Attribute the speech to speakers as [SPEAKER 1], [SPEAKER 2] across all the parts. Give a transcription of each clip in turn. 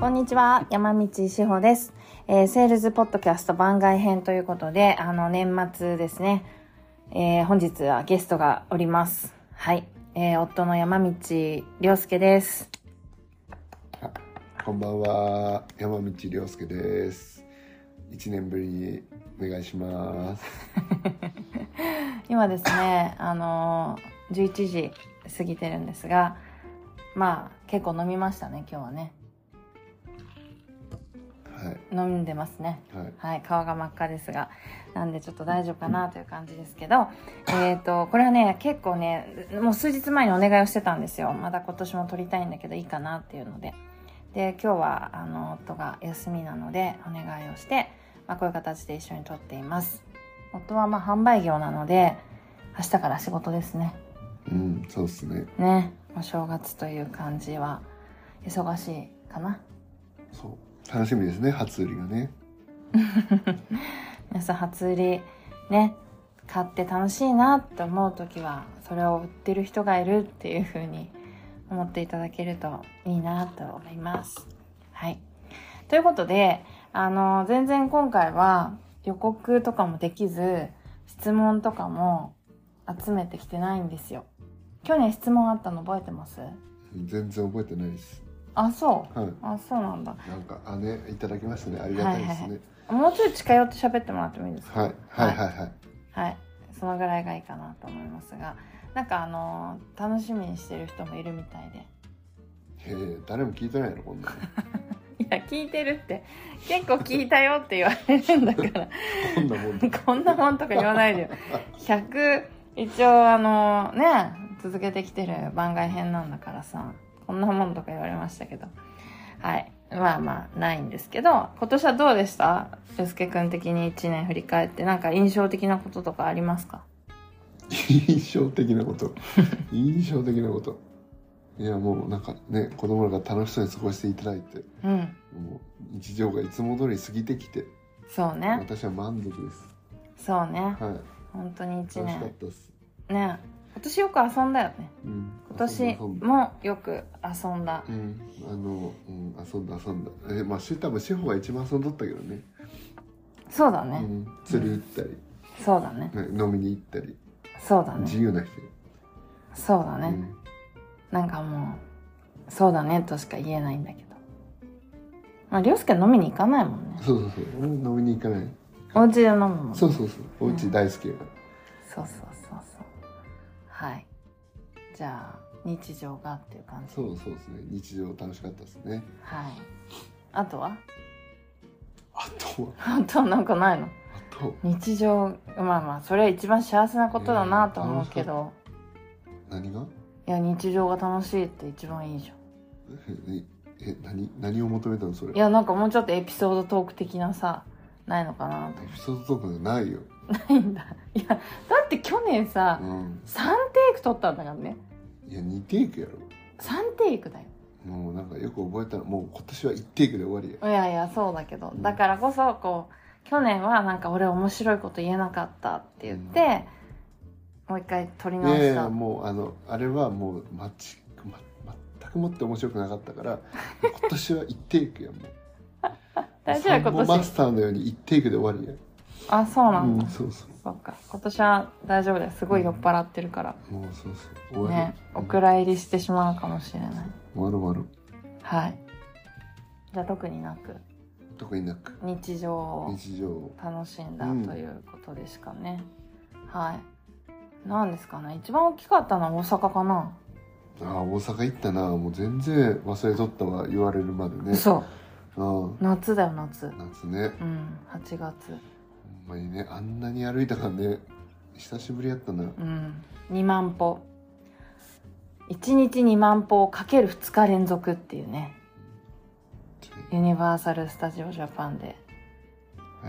[SPEAKER 1] こんにちは、山道志保です、えー、セールズポッドキャスト番外編ということで、あの、年末ですね、えー、本日はゲストがおります。はい。えー、夫の山道良介です。
[SPEAKER 2] こんばんは、山道良介です。1年ぶりにお願いします。
[SPEAKER 1] 今ですね、あのー、11時過ぎてるんですが、まあ、結構飲みましたね、今日はね。
[SPEAKER 2] はい、
[SPEAKER 1] 飲んでますね、
[SPEAKER 2] はい、
[SPEAKER 1] はい、顔が真っ赤ですがなんでちょっと大丈夫かなという感じですけど、うん、えっ、ー、とこれはね結構ねもう数日前にお願いをしてたんですよまだ今年も撮りたいんだけどいいかなっていうのでで今日はあの夫が休みなのでお願いをして、まあ、こういう形で一緒に撮っています夫はまあ販売業なので明日から仕事ですね
[SPEAKER 2] うんそうですね
[SPEAKER 1] ねお正月という感じは忙しいかな
[SPEAKER 2] そう楽しみですね初売りがね
[SPEAKER 1] 皆さん初売りね買って楽しいなと思う時はそれを売ってる人がいるっていう風に思っていただけるといいなと思います。はい。ということで、あの、全然今回は予告とかもできず、質問とかも集めてきてないんですよ。去年質問あったの覚えてます
[SPEAKER 2] 全然覚えてないです。、
[SPEAKER 1] あそう
[SPEAKER 2] はい、
[SPEAKER 1] あそうなんだ
[SPEAKER 2] なんかあねいただきましたねありがたいですね、はいはい
[SPEAKER 1] はい、もうちょい近寄って喋ってもらってもいいですか、
[SPEAKER 2] はい、はいはいはい
[SPEAKER 1] はいそのぐらいがいいかなと思いますがなんかあのー、楽しみにしてる人もいるみたいで
[SPEAKER 2] へえ誰も聞いてないのこんな
[SPEAKER 1] いや聞いてるって結構聞いたよって言われるんだから
[SPEAKER 2] こんなもん
[SPEAKER 1] こんなもんとか言わないでよ100一応あのー、ね続けてきてる番外編なんだからさこんなもんとか言われましたけど。はい。まあまあ、ないんですけど、今年はどうでしたゆうすけくん的に1年振り返って、なんか印象的なこととかありますか
[SPEAKER 2] 印象的なこと。印象的なこと。いや、もうなんかね、子供らが楽しそうに過ごしていただいて、
[SPEAKER 1] うん。
[SPEAKER 2] もう日常がいつも通り過ぎてきて、
[SPEAKER 1] そうね。。
[SPEAKER 2] 私は満足です
[SPEAKER 1] そうね。はい。本当に1年。ね今年よく遊んだよね、
[SPEAKER 2] うん、
[SPEAKER 1] 今年もよく遊んだ、
[SPEAKER 2] うん、あの、うん、遊んだ遊んだえまあ多分志保が一番遊んどったけどね、
[SPEAKER 1] そうだね、うん
[SPEAKER 2] 釣り行ったり、
[SPEAKER 1] そうだね、
[SPEAKER 2] ね、飲みに行ったり
[SPEAKER 1] そうだね
[SPEAKER 2] 自由な人
[SPEAKER 1] そうだね、うん、なんかもうそうだねとしか言えないんだけどまあ涼介飲みに行かないもんね
[SPEAKER 2] そうそうそう俺飲みに行かない
[SPEAKER 1] お家で飲むもん、ね、、
[SPEAKER 2] そうそうそうお家大好きやから
[SPEAKER 1] そうそうそうそうはい。じゃあ日常がっていう感じ。
[SPEAKER 2] そうそうですね。日常楽しかったですね。
[SPEAKER 1] はい。あとは？
[SPEAKER 2] あとは？
[SPEAKER 1] あとなんかないの？あ
[SPEAKER 2] と。
[SPEAKER 1] 日常まあまあそれは一番幸せなことだなと思うけど。
[SPEAKER 2] えー、何が？
[SPEAKER 1] いや日常が楽しいって一番いいじゃん。
[SPEAKER 2] ええ何何を求めたのそれ？
[SPEAKER 1] いやなんかもうちょっとエピソードトーク的なさないのかなと。
[SPEAKER 2] エピソードトークないよ。
[SPEAKER 1] ないんだ いやだって去年さ、うん、3テイク取ったんだからね
[SPEAKER 2] いや2テイクやろ
[SPEAKER 1] 3テイクだよ
[SPEAKER 2] もうなんかよく覚えたらもう今年は1テイクで終わ
[SPEAKER 1] や
[SPEAKER 2] り
[SPEAKER 1] いやいやそうだけど、うん、だからこそこう去年はなんか俺面白いこと言えなかったって言って、うん、もう一回取り直したい
[SPEAKER 2] やもうあのあれはもうまち、ま、全くもって面白くなかったから 今年は1テイクやもう
[SPEAKER 1] 大丈夫今年
[SPEAKER 2] マスターのように1テイクで終わりや
[SPEAKER 1] あそうなん
[SPEAKER 2] だ、うん、そうそう
[SPEAKER 1] そうか今年は大丈夫ですごい酔っ払ってるから、
[SPEAKER 2] うん、もうそう
[SPEAKER 1] そう終わねお蔵入りしてしまうかもしれない
[SPEAKER 2] 終わる終わる
[SPEAKER 1] はいじゃあ特になく
[SPEAKER 2] 特になく
[SPEAKER 1] 日常を
[SPEAKER 2] 日常
[SPEAKER 1] 楽しんだということですかね、うん、はい何ですかね一番大きかったのは大阪かな
[SPEAKER 2] あ大阪行ったなもう全然忘れとったわ言われるまでね
[SPEAKER 1] そう
[SPEAKER 2] あ
[SPEAKER 1] 夏だよ夏
[SPEAKER 2] 夏ね
[SPEAKER 1] うん8月
[SPEAKER 2] ほんまにねあんなに歩いたからね久しぶりやったな
[SPEAKER 1] うん2万歩1日2万歩をかける2日連続っていうねユニバーサル・スタジオ・ジャパンで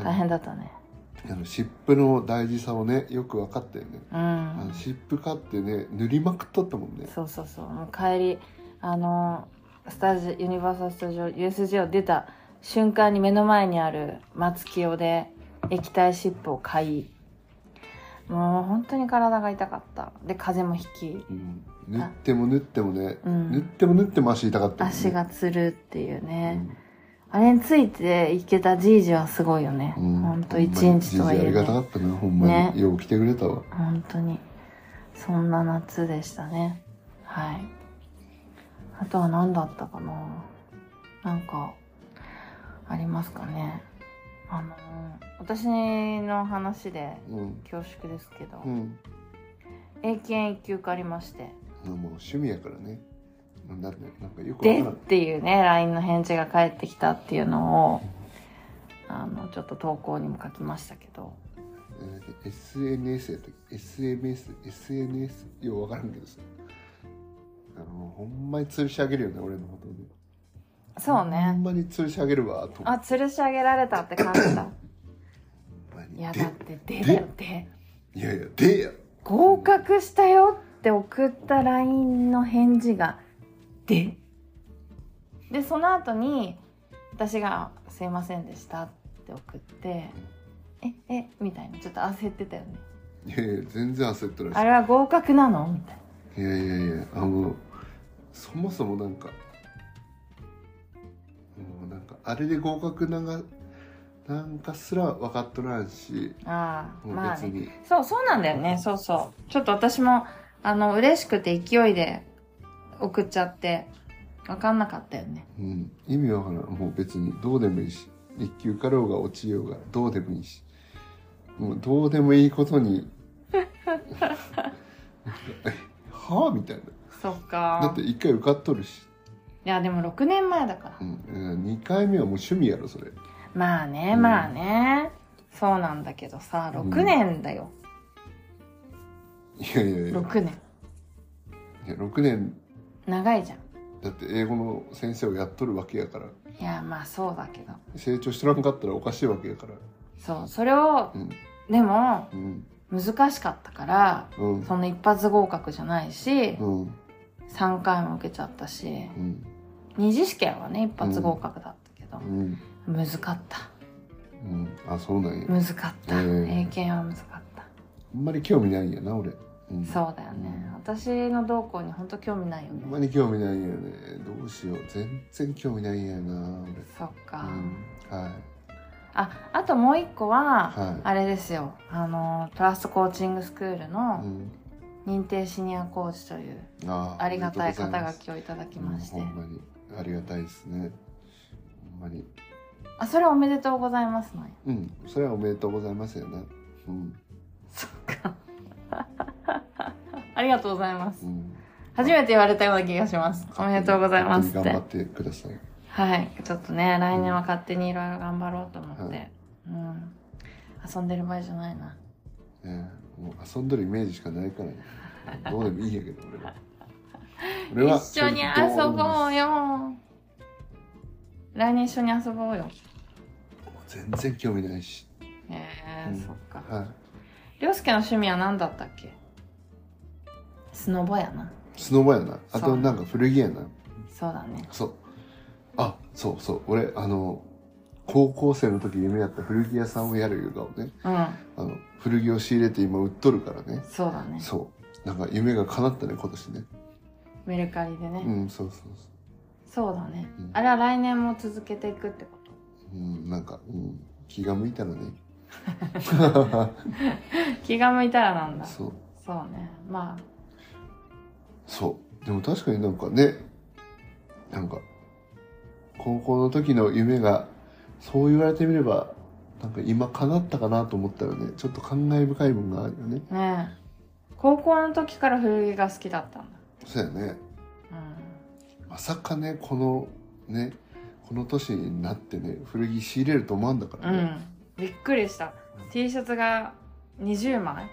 [SPEAKER 1] 大変だったね
[SPEAKER 2] あの湿布の大事さをねよく分かったよね、
[SPEAKER 1] うん、あ
[SPEAKER 2] の湿布買ってね塗りまくっとったもんね
[SPEAKER 1] そうそうそうもう帰りあのスタジユニバーサル・スタジオ USJ を出た瞬間に目の前にある松清で液体シップを買いもう本当に体が痛かったで風邪もひき、
[SPEAKER 2] うん縫っても縫ってもね、
[SPEAKER 1] う
[SPEAKER 2] 縫っ
[SPEAKER 1] ん、
[SPEAKER 2] ても縫っても足痛かったもんね、
[SPEAKER 1] 足がつるっていうね、
[SPEAKER 2] ね、
[SPEAKER 1] あれについていけたじいじはすごいよね、
[SPEAKER 2] うん、
[SPEAKER 1] ほんと一日とはいえ、
[SPEAKER 2] ほんまにじいじありがた
[SPEAKER 1] ね、
[SPEAKER 2] かったなほんま
[SPEAKER 1] ね
[SPEAKER 2] によう来てくれたわ
[SPEAKER 1] 本当にそんな夏でしたねはいあとは何だったかななんかありますかねあの私の話で
[SPEAKER 2] うん
[SPEAKER 1] 恐縮ですけど、
[SPEAKER 2] うん
[SPEAKER 1] 英検1級受かりまして
[SPEAKER 2] まあもう趣味やからねなんだなんかよくわ
[SPEAKER 1] で
[SPEAKER 2] か
[SPEAKER 1] っ
[SPEAKER 2] らん
[SPEAKER 1] ていうね LINE の返事が返ってきたっていうのをあのちょっと投稿にも書きましたけど
[SPEAKER 2] えー SNS やったっけ SMS SNS ようわからんけどさあのほんまに吊るし上げるよね俺のことで
[SPEAKER 1] そう
[SPEAKER 2] ほん
[SPEAKER 1] ね
[SPEAKER 2] まに吊るし上げるわと思
[SPEAKER 1] あ
[SPEAKER 2] っ
[SPEAKER 1] 吊るし上げられたって感じだ
[SPEAKER 2] ほんまに
[SPEAKER 1] いや
[SPEAKER 2] で
[SPEAKER 1] だってでだって
[SPEAKER 2] いやいやでや
[SPEAKER 1] 合格したよって送った LINE の返事が「で」でその後に私が「すいませんでした」って送って「ええみたいなちょっと焦ってたよね
[SPEAKER 2] いやいや全然焦ってる
[SPEAKER 1] あれは合格なのみたいない
[SPEAKER 2] やいやいやあのそもそもなんかもうなんかあれで合格なんかなんかすら分かっとらんし
[SPEAKER 1] ああ
[SPEAKER 2] もう
[SPEAKER 1] まあ
[SPEAKER 2] 別
[SPEAKER 1] ね
[SPEAKER 2] に、
[SPEAKER 1] そう、そうなんだよね。そうそう。ちょっと私も、あの、嬉しくて勢いで送っちゃって、わかんなかったよね。
[SPEAKER 2] うん、意味わからんもう別にどうでもいいし一級かろうが落ちようがどうでもいいしもうどうでもいいことに はあみたい
[SPEAKER 1] そっ
[SPEAKER 2] なだっ
[SPEAKER 1] か
[SPEAKER 2] て。一回受かっとるし、
[SPEAKER 1] いや、でも6年前だから
[SPEAKER 2] う。ん、2回目はもう趣味やろそれ
[SPEAKER 1] まあね、
[SPEAKER 2] うん
[SPEAKER 1] まあね。そうなんだけどさ、
[SPEAKER 2] うん
[SPEAKER 1] 6年だよ。
[SPEAKER 2] いやいやいや
[SPEAKER 1] 6年。
[SPEAKER 2] いや6年
[SPEAKER 1] 長いじゃん。
[SPEAKER 2] だって英語の先生をやっとるわけやから
[SPEAKER 1] いや、まあそうだけど。
[SPEAKER 2] 成長しとらんかったらおかしいわけやから
[SPEAKER 1] そう、それを
[SPEAKER 2] う、ん
[SPEAKER 1] でも、
[SPEAKER 2] うん
[SPEAKER 1] 難しかったから、
[SPEAKER 2] うん
[SPEAKER 1] その一発合格じゃないし、
[SPEAKER 2] うん
[SPEAKER 1] 3回も受けちゃったし、
[SPEAKER 2] うん
[SPEAKER 1] 二次試験はね、一発合格だったけど
[SPEAKER 2] う、ん
[SPEAKER 1] 難かった。
[SPEAKER 2] うんあそうなんや
[SPEAKER 1] 難かった、
[SPEAKER 2] ええ
[SPEAKER 1] 英検は難かった
[SPEAKER 2] あんまり興味ないんやな俺、うん、
[SPEAKER 1] そうだよね私の動向に本当興味ないよ
[SPEAKER 2] ほんま
[SPEAKER 1] ね
[SPEAKER 2] に興味ないんやねどうしよう全然興味ないんやな俺
[SPEAKER 1] そっか、
[SPEAKER 2] うんはい
[SPEAKER 1] ああともう一個は、
[SPEAKER 2] はい
[SPEAKER 1] あれですよあのトラストコーチングスクール
[SPEAKER 2] う
[SPEAKER 1] の
[SPEAKER 2] ん
[SPEAKER 1] 認定シニアコーチという
[SPEAKER 2] あー
[SPEAKER 1] ありがたい
[SPEAKER 2] おめでとうござ
[SPEAKER 1] 肩
[SPEAKER 2] ま
[SPEAKER 1] 書
[SPEAKER 2] す
[SPEAKER 1] きをいただきまして、
[SPEAKER 2] うんほんまにありがたいですねほんまに
[SPEAKER 1] あそれはおめでとうございますのよ
[SPEAKER 2] うんそれはおめでとうございますよねうん
[SPEAKER 1] そっか ありがとうございます
[SPEAKER 2] うん
[SPEAKER 1] 初めて言われたような気がしますおめでとうございますっ
[SPEAKER 2] 勝
[SPEAKER 1] て
[SPEAKER 2] 手に頑張ってください
[SPEAKER 1] はい、ちょっとね、来年は勝手にいろいろ頑張ろうと思って、
[SPEAKER 2] はい
[SPEAKER 1] うん、遊んでる場合じゃないな。
[SPEAKER 2] ねえもう遊んどるイメージしかない からねどうでもいいんやけど俺は俺は
[SPEAKER 1] 一緒に遊ぼうよ。来年一緒に遊ぼうよ。
[SPEAKER 2] 全然興味ないし
[SPEAKER 1] えー
[SPEAKER 2] うん
[SPEAKER 1] そっか。
[SPEAKER 2] は
[SPEAKER 1] りょうすけの趣味は何だったっけスノボやな。
[SPEAKER 2] いスノボやなあ
[SPEAKER 1] そ
[SPEAKER 2] と
[SPEAKER 1] う
[SPEAKER 2] なんか古着やな
[SPEAKER 1] そうだね。
[SPEAKER 2] そうあそうそう俺あの高校生の時夢やった古着屋さんをやるいうかをね
[SPEAKER 1] う
[SPEAKER 2] あの古着を仕入れて今売っとるからね
[SPEAKER 1] ん、そうだね。
[SPEAKER 2] そうなんか夢が叶ったね今年ね
[SPEAKER 1] メルカリでね。
[SPEAKER 2] うんそうそうそ
[SPEAKER 1] そうだね
[SPEAKER 2] うん。
[SPEAKER 1] あれは来年も続けていくってこと。
[SPEAKER 2] ううんなんか、うん、気が向いた らね
[SPEAKER 1] 気が向いたらなんだ。
[SPEAKER 2] そう
[SPEAKER 1] そうね。まあ、
[SPEAKER 2] そうでも確かになんかねなんか高校の時の夢がそう言われてみればなんか今叶ったかなと思ったらねちょっと感慨深いもんがあるよね
[SPEAKER 1] ねえ高校の時から古着が好きだったんだ
[SPEAKER 2] そうやね
[SPEAKER 1] う
[SPEAKER 2] まさかねこのねこの年になってね古着仕入れると思わんだから
[SPEAKER 1] ん、う
[SPEAKER 2] ね、
[SPEAKER 1] ん、びっくりした
[SPEAKER 2] うん
[SPEAKER 1] T シャツが20枚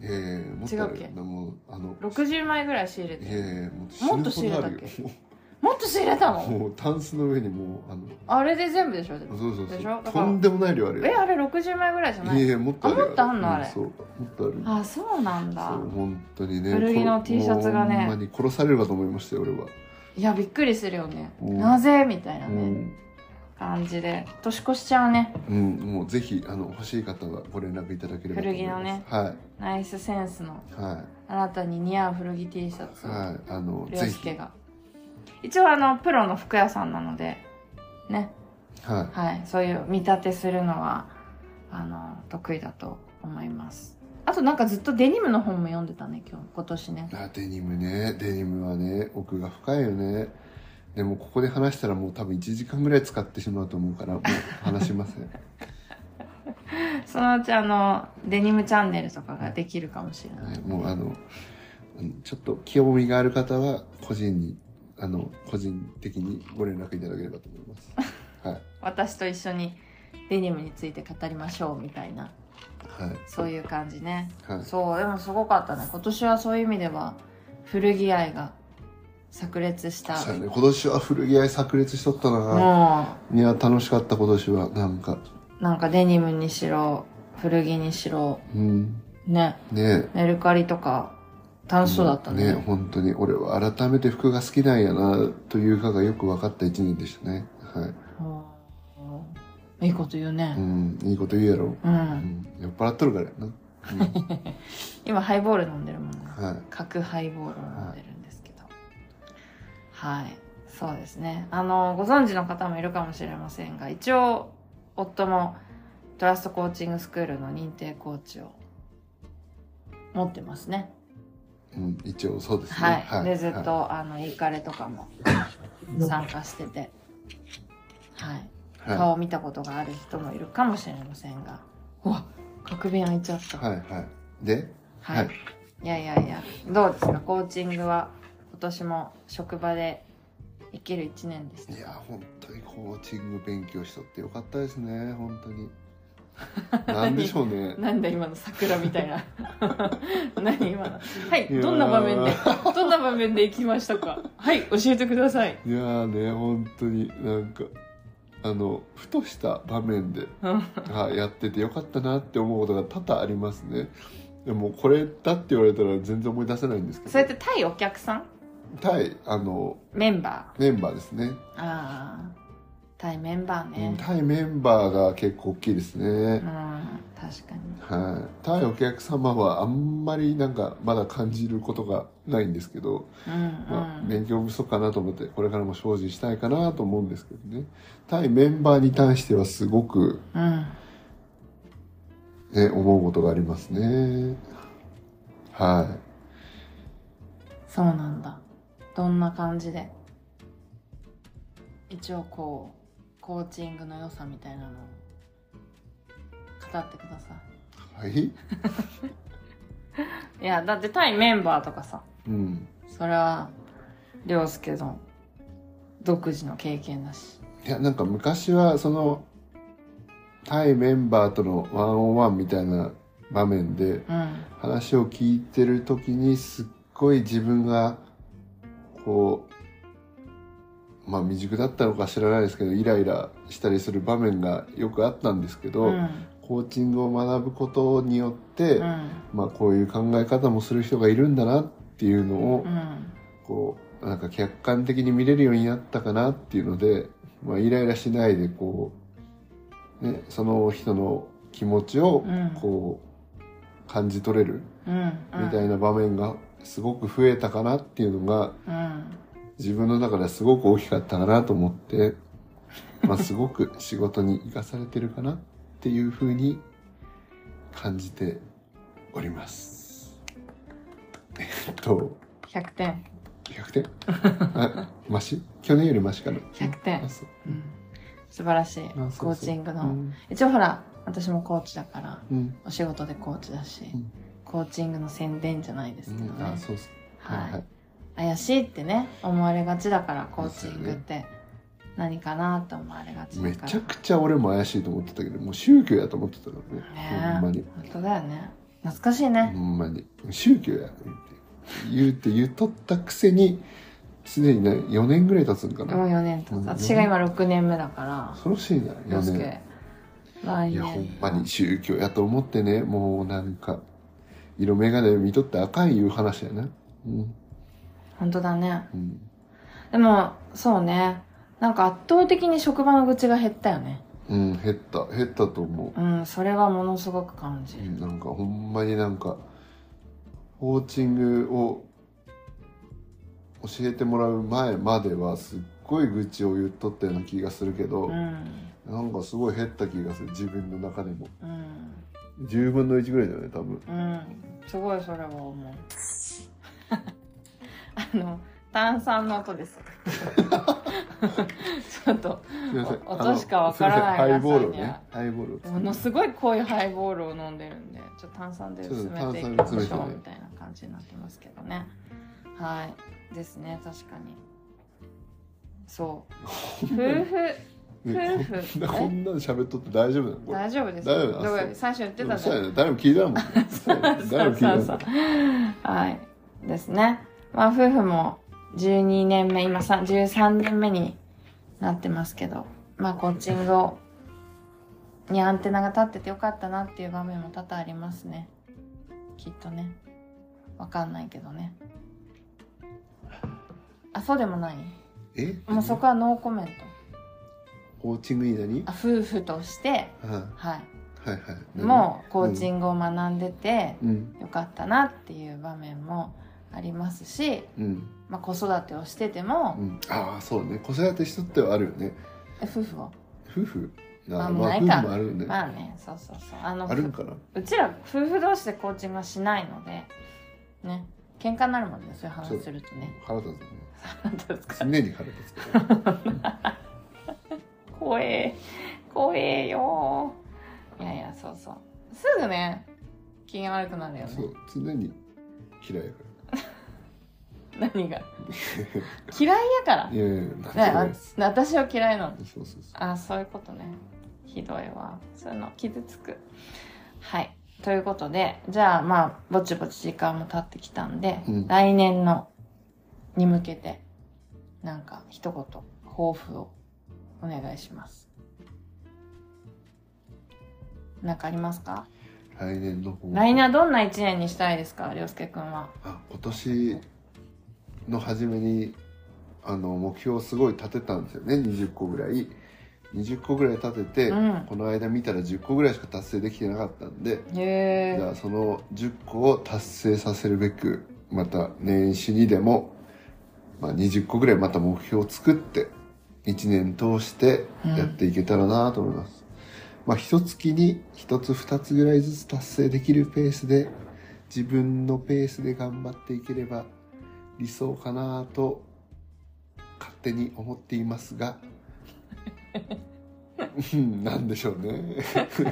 [SPEAKER 2] ええもっとある
[SPEAKER 1] 違うっけ
[SPEAKER 2] もうあの
[SPEAKER 1] 60枚ぐらい仕入れて
[SPEAKER 2] ええもっと
[SPEAKER 1] もっと仕入れたっけ
[SPEAKER 2] 死ぬほど
[SPEAKER 1] もっと仕入れた
[SPEAKER 2] あるよも
[SPEAKER 1] の
[SPEAKER 2] うもうタンスの上にもうあの
[SPEAKER 1] あれで全部でしょでも
[SPEAKER 2] そうそう
[SPEAKER 1] でしょ
[SPEAKER 2] そう
[SPEAKER 1] だから
[SPEAKER 2] とんでもない量あるよ
[SPEAKER 1] えあれ60枚ぐらいじゃないい
[SPEAKER 2] やいやもっとあるよ
[SPEAKER 1] あもっとあんのあれ
[SPEAKER 2] うんそうもっとあるよ
[SPEAKER 1] あそうなんだ
[SPEAKER 2] そう本当にね
[SPEAKER 1] 古着の T シャツがね
[SPEAKER 2] もうほんまに殺されるかと思いましたよ俺はい
[SPEAKER 1] やびっくりするよね
[SPEAKER 2] うん
[SPEAKER 1] なぜみたいなね
[SPEAKER 2] ん
[SPEAKER 1] 感じで年越しちゃうね
[SPEAKER 2] うん、もうぜひあの欲しい方はご連絡いただければと思い
[SPEAKER 1] 古
[SPEAKER 2] ます。
[SPEAKER 1] 着のね
[SPEAKER 2] は
[SPEAKER 1] ナイスセンスの
[SPEAKER 2] いは
[SPEAKER 1] あなたに似合う古着 T シャツ
[SPEAKER 2] い
[SPEAKER 1] を
[SPEAKER 2] はいあの
[SPEAKER 1] 涼
[SPEAKER 2] ぜ
[SPEAKER 1] 介
[SPEAKER 2] ひ
[SPEAKER 1] が一応あのプロの服屋さんなのでね
[SPEAKER 2] は
[SPEAKER 1] はいそういう見立てするのはあの得意だと思いますあとなんかずっとデニムの本も読んでたね今日今年ね
[SPEAKER 2] い。あデニムねデニムはね奥が深いよね。でもここで話したらもう多分1時間ぐらい使ってしまうと思うからもう話しません。
[SPEAKER 1] そのうちあのデニムチャンネルとかができるかもしれない、
[SPEAKER 2] はい、もうあのうんちょっと興味がある方は個人にあの個人的にご連絡いただければと思います。 はい
[SPEAKER 1] 私と一緒にデニムについて語りましょうみたいな
[SPEAKER 2] はい
[SPEAKER 1] そういう感じね
[SPEAKER 2] はい。
[SPEAKER 1] そうでもすごかったね今年はそういう意味では古着愛が炸裂した
[SPEAKER 2] そうやね今年は古着屋炸裂しとったな。
[SPEAKER 1] も
[SPEAKER 2] いや楽しかった今年はなんか
[SPEAKER 1] うなんかデニムにしろ古着にしろ
[SPEAKER 2] うん
[SPEAKER 1] ね
[SPEAKER 2] ね
[SPEAKER 1] メルカリとか楽しそうだったね,、
[SPEAKER 2] 本当に俺は改めて服が好きなんやなというかがよく分かった一年でしたねはい、
[SPEAKER 1] うんいいこと言う
[SPEAKER 2] う
[SPEAKER 1] ね
[SPEAKER 2] ん、いいこと言うやろ、
[SPEAKER 1] うん、
[SPEAKER 2] うん、酔っ払っとるからやな、うん
[SPEAKER 1] 今ハイボール飲んでるもんね
[SPEAKER 2] はい
[SPEAKER 1] 角ハイボールを飲んでるんですけどはいそうですねあのご存知の方もいるかもしれませんが一応夫もトラストコーチングスクールの認定コーチを持ってますね
[SPEAKER 2] うん、一応そうですね
[SPEAKER 1] はい、でずっと、
[SPEAKER 2] は
[SPEAKER 1] あのイカレとかも参加しててはい
[SPEAKER 2] いは
[SPEAKER 1] 顔を見たことがある人もいるかもしれませんがうわ角瓶開いちゃった
[SPEAKER 2] い、はいはいで
[SPEAKER 1] は
[SPEAKER 2] はい
[SPEAKER 1] い。いやいやいや、どうですか、コーチングは今年も職場で生きる一年でし
[SPEAKER 2] いや
[SPEAKER 1] た。
[SPEAKER 2] 本当にコーチング勉強しとってよかったですね本当 になんでしょうね
[SPEAKER 1] なんだ今の桜みたいな。 何今の。はい、
[SPEAKER 2] いやー
[SPEAKER 1] どんな場面で、どんな場面で行きましたか。はい、教えてください。
[SPEAKER 2] いやーね本当になんかあのふとした場面で
[SPEAKER 1] うん
[SPEAKER 2] あやっててよかったなって思うことが多々ありますねでもこれだって言われたら全然思い出せないんですけど
[SPEAKER 1] そうやって対お客さん
[SPEAKER 2] 対あの
[SPEAKER 1] メンバ
[SPEAKER 2] メンバーですね
[SPEAKER 1] ー。ああ、対メンバー
[SPEAKER 2] うん
[SPEAKER 1] ね。
[SPEAKER 2] 対メンバーが結構大きいです
[SPEAKER 1] う
[SPEAKER 2] ね
[SPEAKER 1] ん、、確かに。
[SPEAKER 2] はい、対お客様はあんまりなんかまだ感じることがないんですけど、ま
[SPEAKER 1] う
[SPEAKER 2] あ、
[SPEAKER 1] ん、うん。
[SPEAKER 2] 勉強不足かなと思ってこれからも精進したいかなと思うんですけどね対メンバーに対してはすごく、
[SPEAKER 1] うん。
[SPEAKER 2] ね、思うことがありますねはい
[SPEAKER 1] そうなんだ。どんな感じで一応こう、コーチングの良さみたいなのを語ってくださ
[SPEAKER 2] はい
[SPEAKER 1] い。いや、だって対メンバーとかさ、
[SPEAKER 2] うん
[SPEAKER 1] それは、涼介の独自の経験だし。
[SPEAKER 2] いやなんか昔はその対メンバーとのワンオンワンみたいな場面で
[SPEAKER 1] うん。
[SPEAKER 2] 話を聞いてる時にすっごい自分がこうまあ未熟だったのか知らないですけどイライラしたりする場面がよくあったんですけど、
[SPEAKER 1] うん。
[SPEAKER 2] コーチングを学ぶことによって、
[SPEAKER 1] うん。
[SPEAKER 2] まあこういう考え方もする人がいるんだなっていうのを、
[SPEAKER 1] うん。
[SPEAKER 2] こうなんか客観的に見れるようになったかなっていうので、まあ、イライラしないでこう、ね、その人の気持ちを
[SPEAKER 1] うん
[SPEAKER 2] こう感じ取れる
[SPEAKER 1] うん。
[SPEAKER 2] みたいな場面がすごく増えたかなっていうのが
[SPEAKER 1] うん。
[SPEAKER 2] 自分の中ではすごく大きかったかなと思 って、まあ、すごく仕事に生かされてるかなっていうふうに感じております。えっ と
[SPEAKER 1] 100点。
[SPEAKER 2] 100点あマシ去年よりマシかな
[SPEAKER 1] 100点
[SPEAKER 2] あ。そう
[SPEAKER 1] うん。素晴らしい。
[SPEAKER 2] あそうそう
[SPEAKER 1] コーチング
[SPEAKER 2] う
[SPEAKER 1] の。
[SPEAKER 2] ん
[SPEAKER 1] 一応ほら、私もコーチだから。
[SPEAKER 2] うん
[SPEAKER 1] お仕事でコーチだし、
[SPEAKER 2] うん
[SPEAKER 1] コーチングの宣伝じゃないですけどね、
[SPEAKER 2] うんあそうそう
[SPEAKER 1] はい怪しいってね思われがちだからコーチングって何かなって思われがち
[SPEAKER 2] め
[SPEAKER 1] だから
[SPEAKER 2] ちゃくちゃ俺も怪しいと思ってたけどもう宗教やと思ってたからね
[SPEAKER 1] ね
[SPEAKER 2] ほんまに
[SPEAKER 1] 本当だよね懐かしいね、
[SPEAKER 2] ほんまに宗教やって言うて言っとったくせにすでにね4年ぐらい経つんか
[SPEAKER 1] もう
[SPEAKER 2] な
[SPEAKER 1] 4年経
[SPEAKER 2] う
[SPEAKER 1] つ
[SPEAKER 2] ん
[SPEAKER 1] 私が今6年目だから
[SPEAKER 2] 恐ろしいな
[SPEAKER 1] 洋
[SPEAKER 2] 4年
[SPEAKER 1] 介来
[SPEAKER 2] い
[SPEAKER 1] 年
[SPEAKER 2] やほんまに宗教やと思ってねもうなんか色眼鏡見とってあかんいう話やなうん
[SPEAKER 1] 本当だね
[SPEAKER 2] うん
[SPEAKER 1] でもそうねなんか圧倒的に職場の愚痴が減ったよね
[SPEAKER 2] うん減った減ったと思
[SPEAKER 1] うんそれはものすごく感じ
[SPEAKER 2] うう
[SPEAKER 1] る
[SPEAKER 2] んなんかほんまになんかコーチングを教えてもらう前まではすっごい愚痴を言っとったような気がするけど、
[SPEAKER 1] うん
[SPEAKER 2] なんかすごい減った気がする自分の中でも
[SPEAKER 1] うん
[SPEAKER 2] 10分の1ぐらいだよね多分
[SPEAKER 1] うんすごいそれは思うあの炭酸の音です ちょっと
[SPEAKER 2] すいません
[SPEAKER 1] お
[SPEAKER 2] あの
[SPEAKER 1] 音しかわからない
[SPEAKER 2] すませんハイボールを
[SPEAKER 1] 皆さんに
[SPEAKER 2] ね
[SPEAKER 1] は
[SPEAKER 2] ハイボールを
[SPEAKER 1] ものすごい濃いハイボールを飲んでるんでちょっと炭酸で薄めていきまし
[SPEAKER 2] ちょっと炭酸で薄
[SPEAKER 1] ょう
[SPEAKER 2] めてね
[SPEAKER 1] みたいな感じになってますけどねはいですね確かにそう 夫婦
[SPEAKER 2] ね
[SPEAKER 1] 夫婦
[SPEAKER 2] こんな こんなの喋っとって大丈夫なのこれ
[SPEAKER 1] 大丈夫です
[SPEAKER 2] 大丈夫
[SPEAKER 1] どう
[SPEAKER 2] あそう
[SPEAKER 1] 最初言って
[SPEAKER 2] でも
[SPEAKER 1] た
[SPEAKER 2] そう
[SPEAKER 1] じゃ
[SPEAKER 2] や
[SPEAKER 1] ん
[SPEAKER 2] ね誰も聞いてないもんねそうやね誰も聞いてないもんね
[SPEAKER 1] はい。ですね。まあ、夫婦も12年目、今さ13年目になってますけど、まあ、コーチングをにアンテナが立っててよかったなっていう場面も多々ありますね。きっとね。わかんないけどね。あ、そうでもない
[SPEAKER 2] え
[SPEAKER 1] もうそこはノーコメント。
[SPEAKER 2] コーチングに何
[SPEAKER 1] あ夫婦として、
[SPEAKER 2] あは
[SPEAKER 1] はい
[SPEAKER 2] はい
[SPEAKER 1] い。
[SPEAKER 2] い
[SPEAKER 1] もうコーチングを学んでて、
[SPEAKER 2] うん
[SPEAKER 1] よかったなっていう場面もありますし、
[SPEAKER 2] うん
[SPEAKER 1] まあ、子育てをしてて
[SPEAKER 2] う
[SPEAKER 1] も、
[SPEAKER 2] んああそうね子育てしとってはあるよね
[SPEAKER 1] え夫婦を
[SPEAKER 2] 夫婦
[SPEAKER 1] まあ
[SPEAKER 2] あ
[SPEAKER 1] もうない
[SPEAKER 2] 夫
[SPEAKER 1] か
[SPEAKER 2] 婦もあるよね
[SPEAKER 1] まあねそうそうそうあの
[SPEAKER 2] あるんかな
[SPEAKER 1] うちら夫婦同士でコーチングはしないのでね喧嘩になるもんねそういう話するとね
[SPEAKER 2] 腹立つね
[SPEAKER 1] なんですか
[SPEAKER 2] 常に腹立つから
[SPEAKER 1] 怖え怖えよいやいやそうそうすぐね機嫌悪くなるよね
[SPEAKER 2] そう常に嫌いやか
[SPEAKER 1] 何が 嫌いやから
[SPEAKER 2] らいやいやいや
[SPEAKER 1] ね
[SPEAKER 2] 間違いないです
[SPEAKER 1] あ私を嫌いなの
[SPEAKER 2] そうそうそ
[SPEAKER 1] あそういうことねひどいわそういうの傷つくはいということでじゃあまあぼちぼち時間も経ってきたんで、
[SPEAKER 2] うん
[SPEAKER 1] 来年のに向けてなんか一言抱負をお願いしますなんかありますか
[SPEAKER 2] う来年の抱負
[SPEAKER 1] 来年はどんな一年にしたいですか涼介くんは
[SPEAKER 2] あ今年の初めにあの目標をすごい立てたんですよね20個ぐらい20個ぐらい立てて、
[SPEAKER 1] うん
[SPEAKER 2] この間見たら10個ぐらいしか達成できてなかったんで、
[SPEAKER 1] へ
[SPEAKER 2] じゃ
[SPEAKER 1] え
[SPEAKER 2] あその10個を達成させるべくまた年始にでも、まあ、20個ぐらいまた目標を作って1年通してやっていけたらなと思います、まあ一月に1つ2つぐらいずつ達成できるペースで自分のペースで頑張っていければ理想かなと勝手に思っていますがうんなんでしょうね勝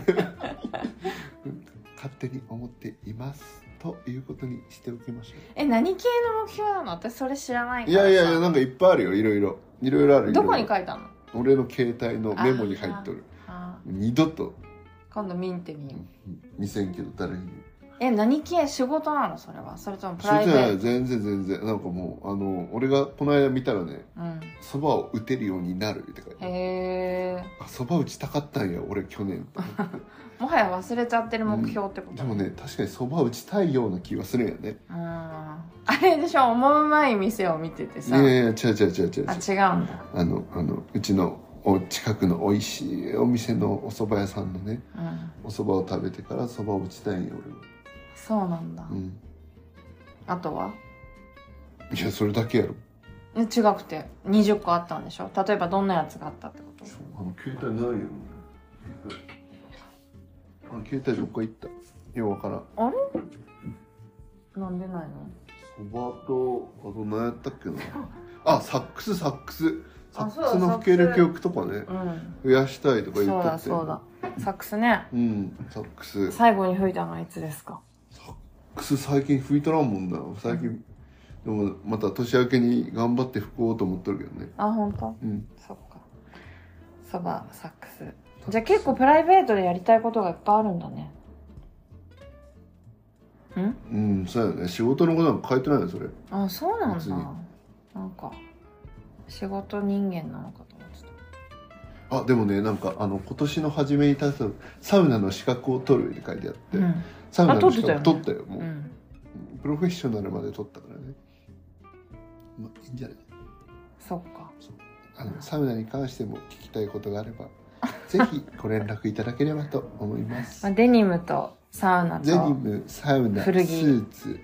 [SPEAKER 2] 手に思っていますということにしておきましょ
[SPEAKER 1] え何系の目標なの私それ知らないか
[SPEAKER 2] うい
[SPEAKER 1] らさ
[SPEAKER 2] やいやいやなんかいっぱいあるよいろいろいろいろあるいろ
[SPEAKER 1] ど
[SPEAKER 2] いろ
[SPEAKER 1] こに書いたの
[SPEAKER 2] 俺の携帯のメモに入っとる
[SPEAKER 1] あ
[SPEAKER 2] 二度と
[SPEAKER 1] ー今度見んてみよう
[SPEAKER 2] 見せんけど誰に
[SPEAKER 1] え何系仕事なのそれはそれともプ
[SPEAKER 2] そ
[SPEAKER 1] ラ
[SPEAKER 2] れ
[SPEAKER 1] イ
[SPEAKER 2] じ
[SPEAKER 1] ベ
[SPEAKER 2] ゃない
[SPEAKER 1] ート
[SPEAKER 2] 全然全然なんかもうあの俺がこの間見たらね
[SPEAKER 1] うん
[SPEAKER 2] そばを打てるようになるって書いてある
[SPEAKER 1] へえ
[SPEAKER 2] あそば打ちたかったんや俺去年と
[SPEAKER 1] もはや忘れちゃってる目標ってこと、うん、
[SPEAKER 2] でもね確かにそば打ちたいような気がするんやね
[SPEAKER 1] あれでしょ思うまい店を見てて
[SPEAKER 2] い
[SPEAKER 1] さ、
[SPEAKER 2] やいや違う違う違う違う違う
[SPEAKER 1] あ違うんだ、
[SPEAKER 2] あのあのうちのお近くの美味しいお店のお蕎麦屋さんのね
[SPEAKER 1] うん、
[SPEAKER 2] お蕎麦を食べてから蕎麦を打ちたいんや俺は
[SPEAKER 1] そうなんだ、
[SPEAKER 2] うん
[SPEAKER 1] あとはい
[SPEAKER 2] やそれだけやろ
[SPEAKER 1] え違くて20個あったんでしょ例えばどんなやつがあったってこと
[SPEAKER 2] あの携帯ないよあの携帯どっか行ったようわからん
[SPEAKER 1] あれなんでないの
[SPEAKER 2] そばとあと何やったっけなあサックスサックスサ
[SPEAKER 1] あそう
[SPEAKER 2] ッ
[SPEAKER 1] だ
[SPEAKER 2] クスの吹ける曲とかね
[SPEAKER 1] うん
[SPEAKER 2] 増やしたいとか
[SPEAKER 1] そう
[SPEAKER 2] 言った
[SPEAKER 1] だ
[SPEAKER 2] って
[SPEAKER 1] そうだサックスね
[SPEAKER 2] うんサックスサッ
[SPEAKER 1] 最後に吹いたのはいつですか
[SPEAKER 2] クス最近吹いとらんもんな最近でもまた年明けに頑張って吹こうと思ってるけどね
[SPEAKER 1] あ本当
[SPEAKER 2] うん
[SPEAKER 1] そっかそばサックスじゃあ結構プライベートでやりたいことがいっぱいあるんだねん
[SPEAKER 2] うんそうやね仕事のことなんか書いてないよそれ
[SPEAKER 1] あそうなん
[SPEAKER 2] 別
[SPEAKER 1] だ
[SPEAKER 2] に
[SPEAKER 1] なんか仕事人間なのかと思ってた
[SPEAKER 2] あでもねなんかあの今年の初めに立つサウナの資格を取るって書いてあって、
[SPEAKER 1] うん、
[SPEAKER 2] サウナの資
[SPEAKER 1] あ取
[SPEAKER 2] 格取
[SPEAKER 1] っ
[SPEAKER 2] ってたよもう、
[SPEAKER 1] うん、
[SPEAKER 2] プロフェッショナルまで取ったからねまあいいんじゃない
[SPEAKER 1] そっか
[SPEAKER 2] そうあのサウナに関しても聞きたいことがあれ ばぜひご連絡いただければと思います
[SPEAKER 1] まあ、デニムとサウナ
[SPEAKER 2] デニ
[SPEAKER 1] と
[SPEAKER 2] ムサウナス
[SPEAKER 1] 古着
[SPEAKER 2] ーツ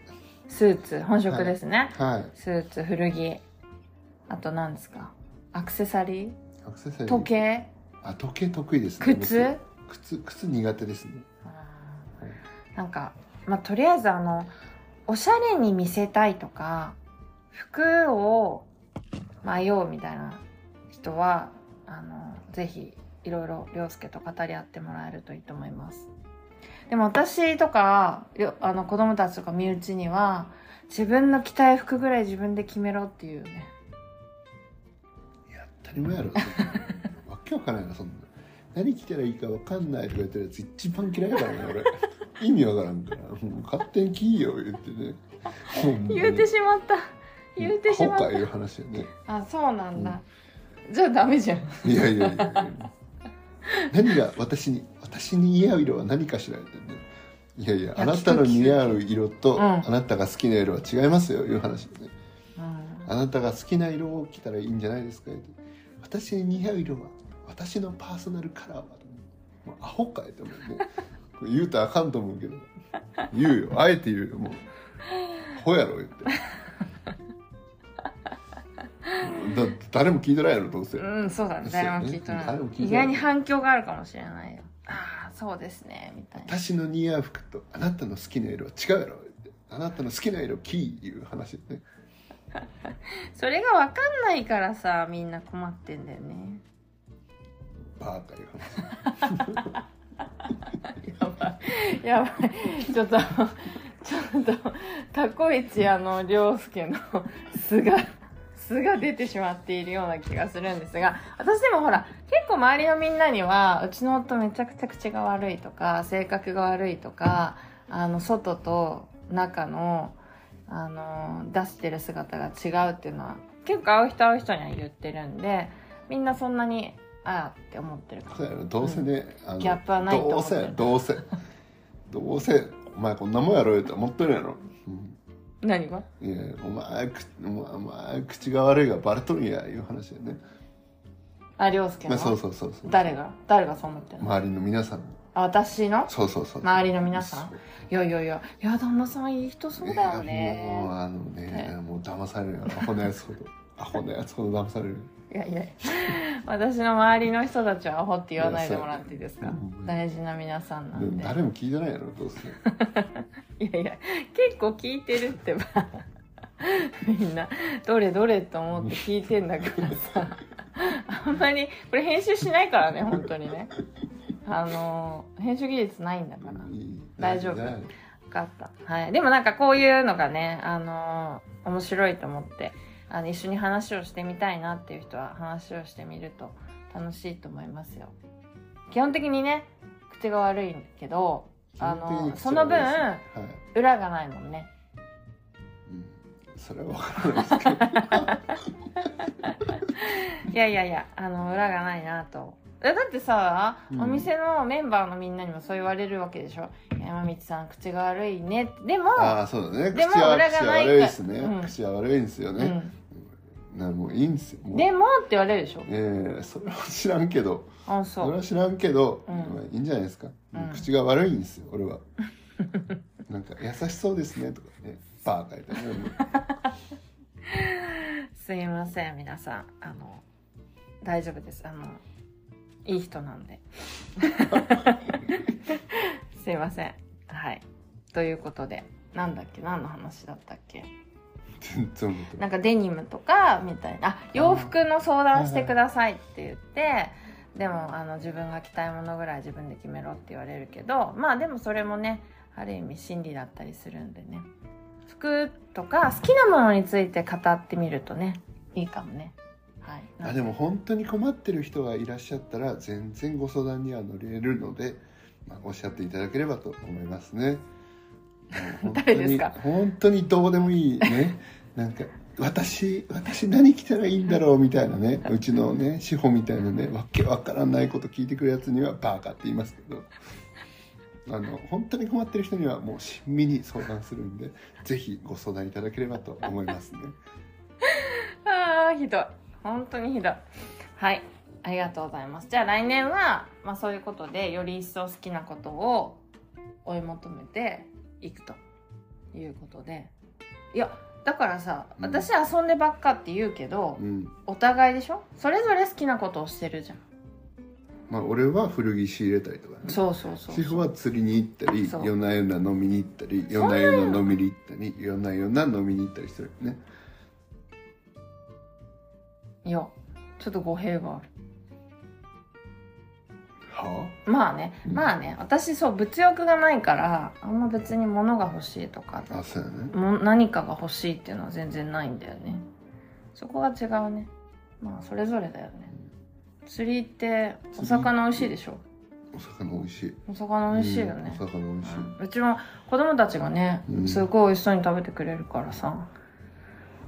[SPEAKER 1] スーツ本職ですね、
[SPEAKER 2] はい
[SPEAKER 1] スーツ古着あと何ですかアクセサリー
[SPEAKER 2] アクセサリー
[SPEAKER 1] 時計
[SPEAKER 2] あ時計得意ですね
[SPEAKER 1] 靴
[SPEAKER 2] 僕靴靴苦手ですね
[SPEAKER 1] なんか、まあ、とりあえずあのおしゃれに見せたいとか服を迷うみたいな人はあのぜひいろいろ涼介と語り合ってもらえるといいと思いますでも私とかよあの子供たちとか身内には自分の着たい服ぐらい自分で決めろっていうね
[SPEAKER 2] いや当たり 前やろそんなわけわからんないなそんな何着たらいいかわかんないとか言ってるやつ一番嫌いだからね俺意味わからんからもう勝手に着いよ言ってねほんまに
[SPEAKER 1] 言うてしまった言うてしまっ
[SPEAKER 2] アホかいう話やね
[SPEAKER 1] たあそうなんだ、じゃあダメじゃん
[SPEAKER 2] いやいやいや何が私に私に似合う色は何かしらってねいやいや
[SPEAKER 1] いや
[SPEAKER 2] あなたの
[SPEAKER 1] 聞く聞く
[SPEAKER 2] 似合う色と、
[SPEAKER 1] うん
[SPEAKER 2] あなたが好きな色は違いますよいう話ね
[SPEAKER 1] うん
[SPEAKER 2] あなたが好きな色を着たらいいんじゃないですかって私に似合う色は私のパーソナルカラーはもうアホかいと思うねこれ言うたらあかんと思うけど言うよあえて言うよもうアホやろ言ってだって誰も聞いてないやろどうせ、
[SPEAKER 1] うん、そうだね。
[SPEAKER 2] そう
[SPEAKER 1] 誰
[SPEAKER 2] だ
[SPEAKER 1] も
[SPEAKER 2] ね
[SPEAKER 1] 聞いてな
[SPEAKER 2] 誰
[SPEAKER 1] い
[SPEAKER 2] も聞い。てない
[SPEAKER 1] 意外に反響があるかもしれないよ。ああ、そうですね、みたいな。
[SPEAKER 2] 私の似合う服とあなたの好きな色は違うやろってあなたの好きな色キーいう話ね
[SPEAKER 1] それがわかんないからさ、みんな困ってんだよね。
[SPEAKER 2] バーカいう話
[SPEAKER 1] やばい。やばい。ちょっと、ちょっと、過去一あの、涼介の素が、 素が出てしまっているような気がするんですが、私でもほら、結構周りのみんなには、うちの夫めちゃくちゃ口が悪いとか、性格が悪いとか、あの、外と中の、あの、出してる姿が違うっていうのは、結構会う人会う人には言ってるんで、みんなそんなに、ああって思ってるかも
[SPEAKER 2] そうやろどうせね、あの
[SPEAKER 1] ギャップはないと思ってる
[SPEAKER 2] どうせどうせどうせお前こんなもんやろよって思ってるやろ、
[SPEAKER 1] 何が
[SPEAKER 2] うん、いやお前くお前お前口が悪いがバレとるんやいう話やね、
[SPEAKER 1] あ、涼介
[SPEAKER 2] ま
[SPEAKER 1] の。
[SPEAKER 2] あ、そうそうそうそう
[SPEAKER 1] 誰が誰がそう思ってるの、
[SPEAKER 2] 周りの皆さん
[SPEAKER 1] あ私の
[SPEAKER 2] そうそうそう
[SPEAKER 1] 周りの皆さん
[SPEAKER 2] そう
[SPEAKER 1] いやいやいやいや旦那さんいい人そうだよ
[SPEAKER 2] いやもう
[SPEAKER 1] ね
[SPEAKER 2] あのねもう騙されるよアホなやつ ほどアホなやつほど騙される
[SPEAKER 1] いやいや 私の周りの人たちはアホって言わないでもらっていいですか
[SPEAKER 2] うん
[SPEAKER 1] 大事な皆さんな
[SPEAKER 2] で
[SPEAKER 1] ん
[SPEAKER 2] も
[SPEAKER 1] で
[SPEAKER 2] 誰も聞いてないやろ どうせ
[SPEAKER 1] いやいや結構聞いてるってば みんなどれどれと思って聞いてんだからさあんまりこれ編集しないからね本当にねあの編集技術ないんだから
[SPEAKER 2] いい
[SPEAKER 1] 大丈夫
[SPEAKER 2] ない
[SPEAKER 1] 分かった。はい。でもなんかこういうのがね、あのー面白いと思って、あの、一緒に話をしてみたいなっていう人は話をしてみると楽しいと思いますよ。基本的にね、口が悪いけど、あのー
[SPEAKER 2] 基
[SPEAKER 1] そ
[SPEAKER 2] 本
[SPEAKER 1] の分
[SPEAKER 2] 的に口が、悪いですはい
[SPEAKER 1] 裏がないもんね。
[SPEAKER 2] うんそれは分からないですけど
[SPEAKER 1] いやいやいや、あの、裏がないなと。えだってさ、
[SPEAKER 2] うん
[SPEAKER 1] お店のメンバーのみんなにもそう言われるわけでしょ。山道さん、口が悪いね。でも、
[SPEAKER 2] ああそうだね
[SPEAKER 1] で
[SPEAKER 2] 口
[SPEAKER 1] も
[SPEAKER 2] は
[SPEAKER 1] 裏
[SPEAKER 2] 口
[SPEAKER 1] が
[SPEAKER 2] は
[SPEAKER 1] ない
[SPEAKER 2] 悪いですね、
[SPEAKER 1] うん
[SPEAKER 2] 口は悪いんですよ
[SPEAKER 1] う
[SPEAKER 2] ね、
[SPEAKER 1] ん。
[SPEAKER 2] なもういいんですよもう
[SPEAKER 1] でもって言われるでしょ。
[SPEAKER 2] えーそれは知らんけど
[SPEAKER 1] あ、
[SPEAKER 2] そ
[SPEAKER 1] そ
[SPEAKER 2] れ
[SPEAKER 1] う。
[SPEAKER 2] は知らんけど、
[SPEAKER 1] うん
[SPEAKER 2] まあいいんじゃないですか、
[SPEAKER 1] うん
[SPEAKER 2] 口が悪いんですよ俺は なんか優しそうですねとかねバー書いてね
[SPEAKER 1] すいません皆さんあの大丈夫ですあのいい人なんで すいませんはいということでなんだっけ何の話だったっけ
[SPEAKER 2] 全然思ってな
[SPEAKER 1] ないんかデニムとかみたいなあ洋服の相談してくださいって言ってでもあの自分が着たいものぐらい自分で決めろって言われるけどまあでもそれもねある意味心理だったりするんでね服とか好きなものについて語ってみるとねいいかもねはい
[SPEAKER 2] あでも本当に困ってる人がいらっしゃったら全然ご相談には乗れるので、まあ、おっしゃっていただければと思いますね。もう
[SPEAKER 1] 誰ですか
[SPEAKER 2] 本当に本当にどうでもいい ねなんか私私何着たらいいんだろうみたいなねうちのね志保みたいなねわけわからないこと聞いてくるやつにはバーカって言いますけどあの本当に困ってる人にはもう親身に相談するんでぜひご相談いただければと思いますね。
[SPEAKER 1] あーひどい本当にひどいはいありがとうございますじゃあ来年は、まあ、そういうことでより一層好きなことを追い求めていくということでいやだからさ
[SPEAKER 2] うん
[SPEAKER 1] 私遊んでばっかって言うけど、
[SPEAKER 2] うん
[SPEAKER 1] お互いでしょそれぞれ好きなことをしてるじゃん
[SPEAKER 2] まあ俺は古着仕入れたりとかね
[SPEAKER 1] そうそうそう
[SPEAKER 2] シェフは釣りに行ったり
[SPEAKER 1] そう
[SPEAKER 2] 夜な夜な飲みに行ったり夜な夜な飲みに行ったり夜な夜な飲みに行ったりしてるね
[SPEAKER 1] いやちょっと語弊がある
[SPEAKER 2] は
[SPEAKER 1] まあね
[SPEAKER 2] うん
[SPEAKER 1] まあね私そう物欲がないからあんま別に物が欲しいとか
[SPEAKER 2] ああそうやね
[SPEAKER 1] も何かが欲しいっていうのは全然ないんだよねそこが違うねまあそれぞれだよね釣りってお魚美味しいでしょ
[SPEAKER 2] お魚美味しい
[SPEAKER 1] お魚美味しいよね、
[SPEAKER 2] うんお魚美味しい、
[SPEAKER 1] うちも子供たちがね、
[SPEAKER 2] うん
[SPEAKER 1] すごい美味しそうに食べてくれるからさ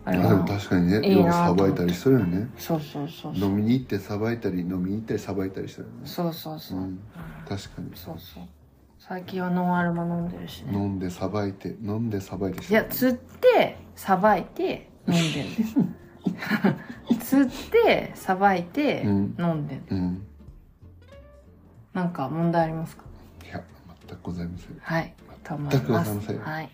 [SPEAKER 1] あれ
[SPEAKER 2] あでも
[SPEAKER 1] は
[SPEAKER 2] 確かにね
[SPEAKER 1] いい
[SPEAKER 2] よう
[SPEAKER 1] な
[SPEAKER 2] さ
[SPEAKER 1] と思
[SPEAKER 2] ば
[SPEAKER 1] って
[SPEAKER 2] いたりしてるよね
[SPEAKER 1] そうそうそうそう
[SPEAKER 2] 飲みに行ってさばいたり飲みに行ったりさばいたりしてるよね
[SPEAKER 1] そうそうそう、
[SPEAKER 2] う
[SPEAKER 1] うん
[SPEAKER 2] ん確かに
[SPEAKER 1] そうそう最近はノンアルも飲んでるしね
[SPEAKER 2] 飲んでさばいて飲んでさばいてし
[SPEAKER 1] いや釣ってさばいて飲ん でるん です釣ってさばいて
[SPEAKER 2] うん
[SPEAKER 1] 飲んでる
[SPEAKER 2] うん
[SPEAKER 1] なんか問題ありますか
[SPEAKER 2] いや全くございません
[SPEAKER 1] はいと思い
[SPEAKER 2] 全くご
[SPEAKER 1] ま
[SPEAKER 2] ざいますせん
[SPEAKER 1] はい、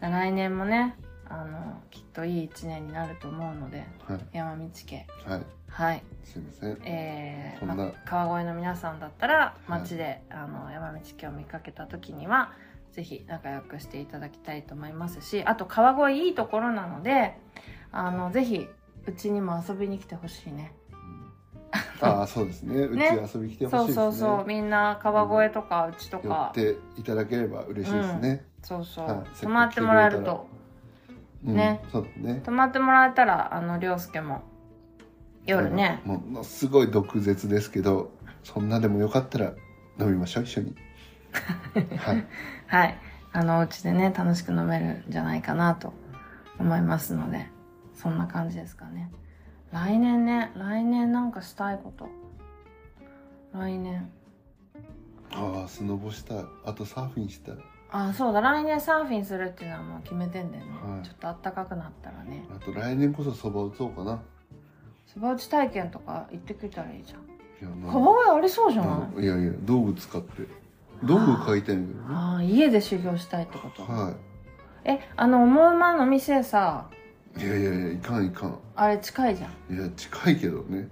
[SPEAKER 1] 来年もねあのきっといい一年になると思うので
[SPEAKER 2] はい
[SPEAKER 1] 山道家
[SPEAKER 2] はい
[SPEAKER 1] はい
[SPEAKER 2] すいません
[SPEAKER 1] えー
[SPEAKER 2] そんな
[SPEAKER 1] ま川越の皆さんだったら
[SPEAKER 2] い
[SPEAKER 1] 街で、あの山道家を見かけた時にはぜひ仲良くしていただきたいと思いますしあと川越いいところなのであのぜひうちにも遊びに来てほしいね
[SPEAKER 2] うんああそうですねうち
[SPEAKER 1] ね
[SPEAKER 2] 遊びに来てほし
[SPEAKER 1] そ
[SPEAKER 2] いうですね
[SPEAKER 1] そうそうみんな川越とかうちと
[SPEAKER 2] 寄
[SPEAKER 1] か、
[SPEAKER 2] っていただければ嬉しいですね、
[SPEAKER 1] そうそう、
[SPEAKER 2] はい
[SPEAKER 1] 泊まってもらえると
[SPEAKER 2] うん
[SPEAKER 1] ね
[SPEAKER 2] そうだね
[SPEAKER 1] 泊まってもらえたらあの涼介も夜ね
[SPEAKER 2] ものすごい毒舌ですけどそんなでもよかったら飲みましょう一 緒にはい
[SPEAKER 1] はいあのお家でね楽しく飲めるんじゃないかなと思いますのでそんな感じですかね来年ね来年なんかしたいこと来年
[SPEAKER 2] ああスノボしたあとサーフィンしたあ
[SPEAKER 1] あそうだ来年サーフィンするっていうのはもう決めてんだよね、
[SPEAKER 2] はい
[SPEAKER 1] ちょっとあったかくなったらね
[SPEAKER 2] と来年こそそば打とうかな
[SPEAKER 1] そば打ち体験とか行ってきたらいいじゃん
[SPEAKER 2] いやなん
[SPEAKER 1] 川越ありそうじゃない、
[SPEAKER 2] なんかいやいや道具使って道具買いたいんだけどね
[SPEAKER 1] ああ家で修行したいってこと、
[SPEAKER 2] は
[SPEAKER 1] えあの思うまの店さ
[SPEAKER 2] いいやいやいやいかんいかん
[SPEAKER 1] あれ近いじゃん
[SPEAKER 2] いや近いけどね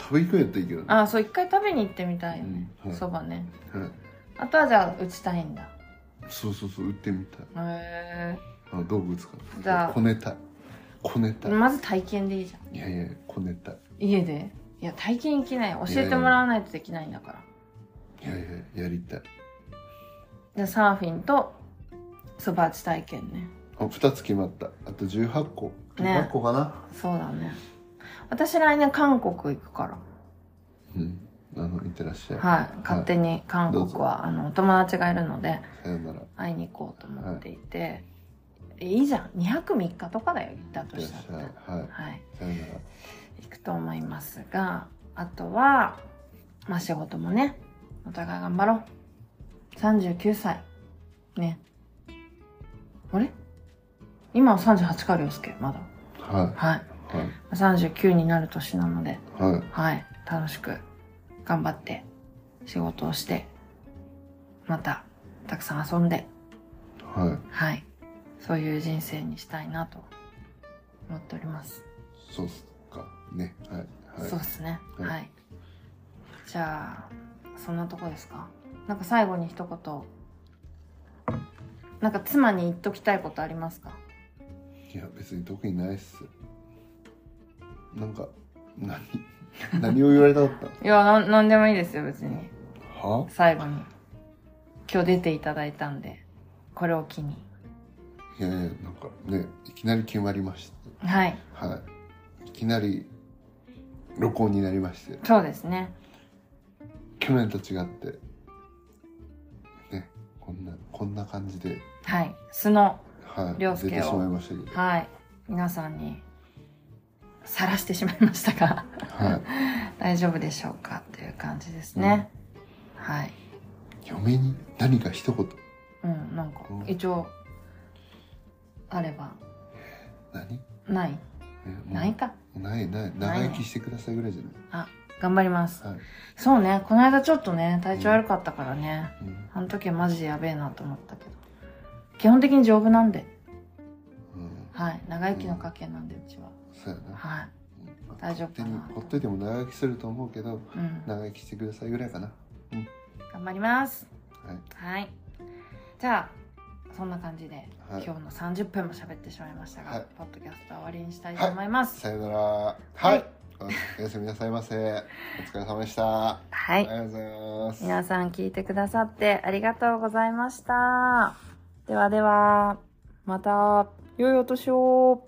[SPEAKER 2] 食べ行くんやったらいいけどね
[SPEAKER 1] あそう一回食べに行ってみたいよね、
[SPEAKER 2] うんはい
[SPEAKER 1] そばね
[SPEAKER 2] はい、
[SPEAKER 1] あとはじゃあ打ちたいんだ
[SPEAKER 2] そうそうそう売ってみたい
[SPEAKER 1] へ
[SPEAKER 2] あ道具使って
[SPEAKER 1] じゃあ
[SPEAKER 2] こねたいこねた
[SPEAKER 1] え
[SPEAKER 2] い、
[SPEAKER 1] まず体験でいいじゃん
[SPEAKER 2] いやいやこねたい
[SPEAKER 1] 家でいや体験行きないよ教えてもらわないとできないんだから
[SPEAKER 2] いやいややりたい
[SPEAKER 1] じゃあサーフィンとそば打ち体験ね
[SPEAKER 2] あ2つ決まったあと18個
[SPEAKER 1] ね
[SPEAKER 2] 18個かな、
[SPEAKER 1] そうだね私来年韓国行くから
[SPEAKER 2] うんあのいってらっしゃい、
[SPEAKER 1] はい勝手に韓国は、あのお友達がいるので
[SPEAKER 2] さよならいっ
[SPEAKER 1] 会いに行こうと思っていて、えいいじゃん2泊3日とかだよ行った
[SPEAKER 2] て
[SPEAKER 1] と
[SPEAKER 2] らっ
[SPEAKER 1] し
[SPEAKER 2] したゃ
[SPEAKER 1] ら
[SPEAKER 2] いはい
[SPEAKER 1] はい
[SPEAKER 2] さよなら
[SPEAKER 1] 行くと思いますがあとはまあ仕事もねお互い頑張ろう39歳ねあれ今は38か涼介まだ
[SPEAKER 2] は
[SPEAKER 1] はい
[SPEAKER 2] いはい
[SPEAKER 1] 39になる年なので
[SPEAKER 2] はい
[SPEAKER 1] はい楽しく頑張って仕事をしてまたたくさん遊んで
[SPEAKER 2] はい
[SPEAKER 1] はいそういう人生にしたいなと思っております
[SPEAKER 2] そうっすかねはいはい
[SPEAKER 1] そうですね。
[SPEAKER 2] はい
[SPEAKER 1] はい。じゃあ、そんなとこですかなんか最後に一言。なんか妻に言っときたいことありますか
[SPEAKER 2] いや別に特にないっすなんか何 何を言われたかった
[SPEAKER 1] いや、なん、なんでもいいですよ、別に。
[SPEAKER 2] は
[SPEAKER 1] 最後に。今日出ていただいたんで、これを機に。
[SPEAKER 2] いやいやなんかねいきなり決まりまし
[SPEAKER 1] はい。
[SPEAKER 2] たはいいきなり録音になりまして
[SPEAKER 1] そうですね。
[SPEAKER 2] 去年と違ってねこんなこんな感じで
[SPEAKER 1] はい。素の、
[SPEAKER 2] はい
[SPEAKER 1] 凌介を
[SPEAKER 2] 出てしまいましたけど
[SPEAKER 1] はい。皆さんに、晒してしまいましたが、
[SPEAKER 2] はい
[SPEAKER 1] 大丈夫でしょうかっていう感じですね。はい。
[SPEAKER 2] 嫁に何か一言
[SPEAKER 1] うん、なんか、一応、あれば。
[SPEAKER 2] 何
[SPEAKER 1] ない
[SPEAKER 2] ねもう
[SPEAKER 1] ないか
[SPEAKER 2] ないない長生きしてくださいぐらいじゃない
[SPEAKER 1] 頑張ります
[SPEAKER 2] はい、
[SPEAKER 1] そうねこの間ちょっとね体調悪かったからね、
[SPEAKER 2] うん
[SPEAKER 1] あの時はマジでやべえなと思ったけど基本的に丈夫なんで
[SPEAKER 2] うん、
[SPEAKER 1] はい長生きの家系なんでうちは
[SPEAKER 2] そうやな、
[SPEAKER 1] はい
[SPEAKER 2] うん
[SPEAKER 1] 大丈夫か
[SPEAKER 2] 勝手
[SPEAKER 1] な
[SPEAKER 2] にほっといても長生きすると思うけど
[SPEAKER 1] うん
[SPEAKER 2] 長生きしてくださいぐらいかな
[SPEAKER 1] 頑張ります
[SPEAKER 2] はい
[SPEAKER 1] はいじゃあそんな感じで、
[SPEAKER 2] はい
[SPEAKER 1] 今日の30分も喋ってしまいましたが、
[SPEAKER 2] はい
[SPEAKER 1] ポッドキャストは終わりにしたいと思います
[SPEAKER 2] さよならはい、おおやすみなさいませお疲れ様でした
[SPEAKER 1] はい、
[SPEAKER 2] ありがとうございます
[SPEAKER 1] 皆さん聞いてくださってありがとうございましたではではまた良いお年を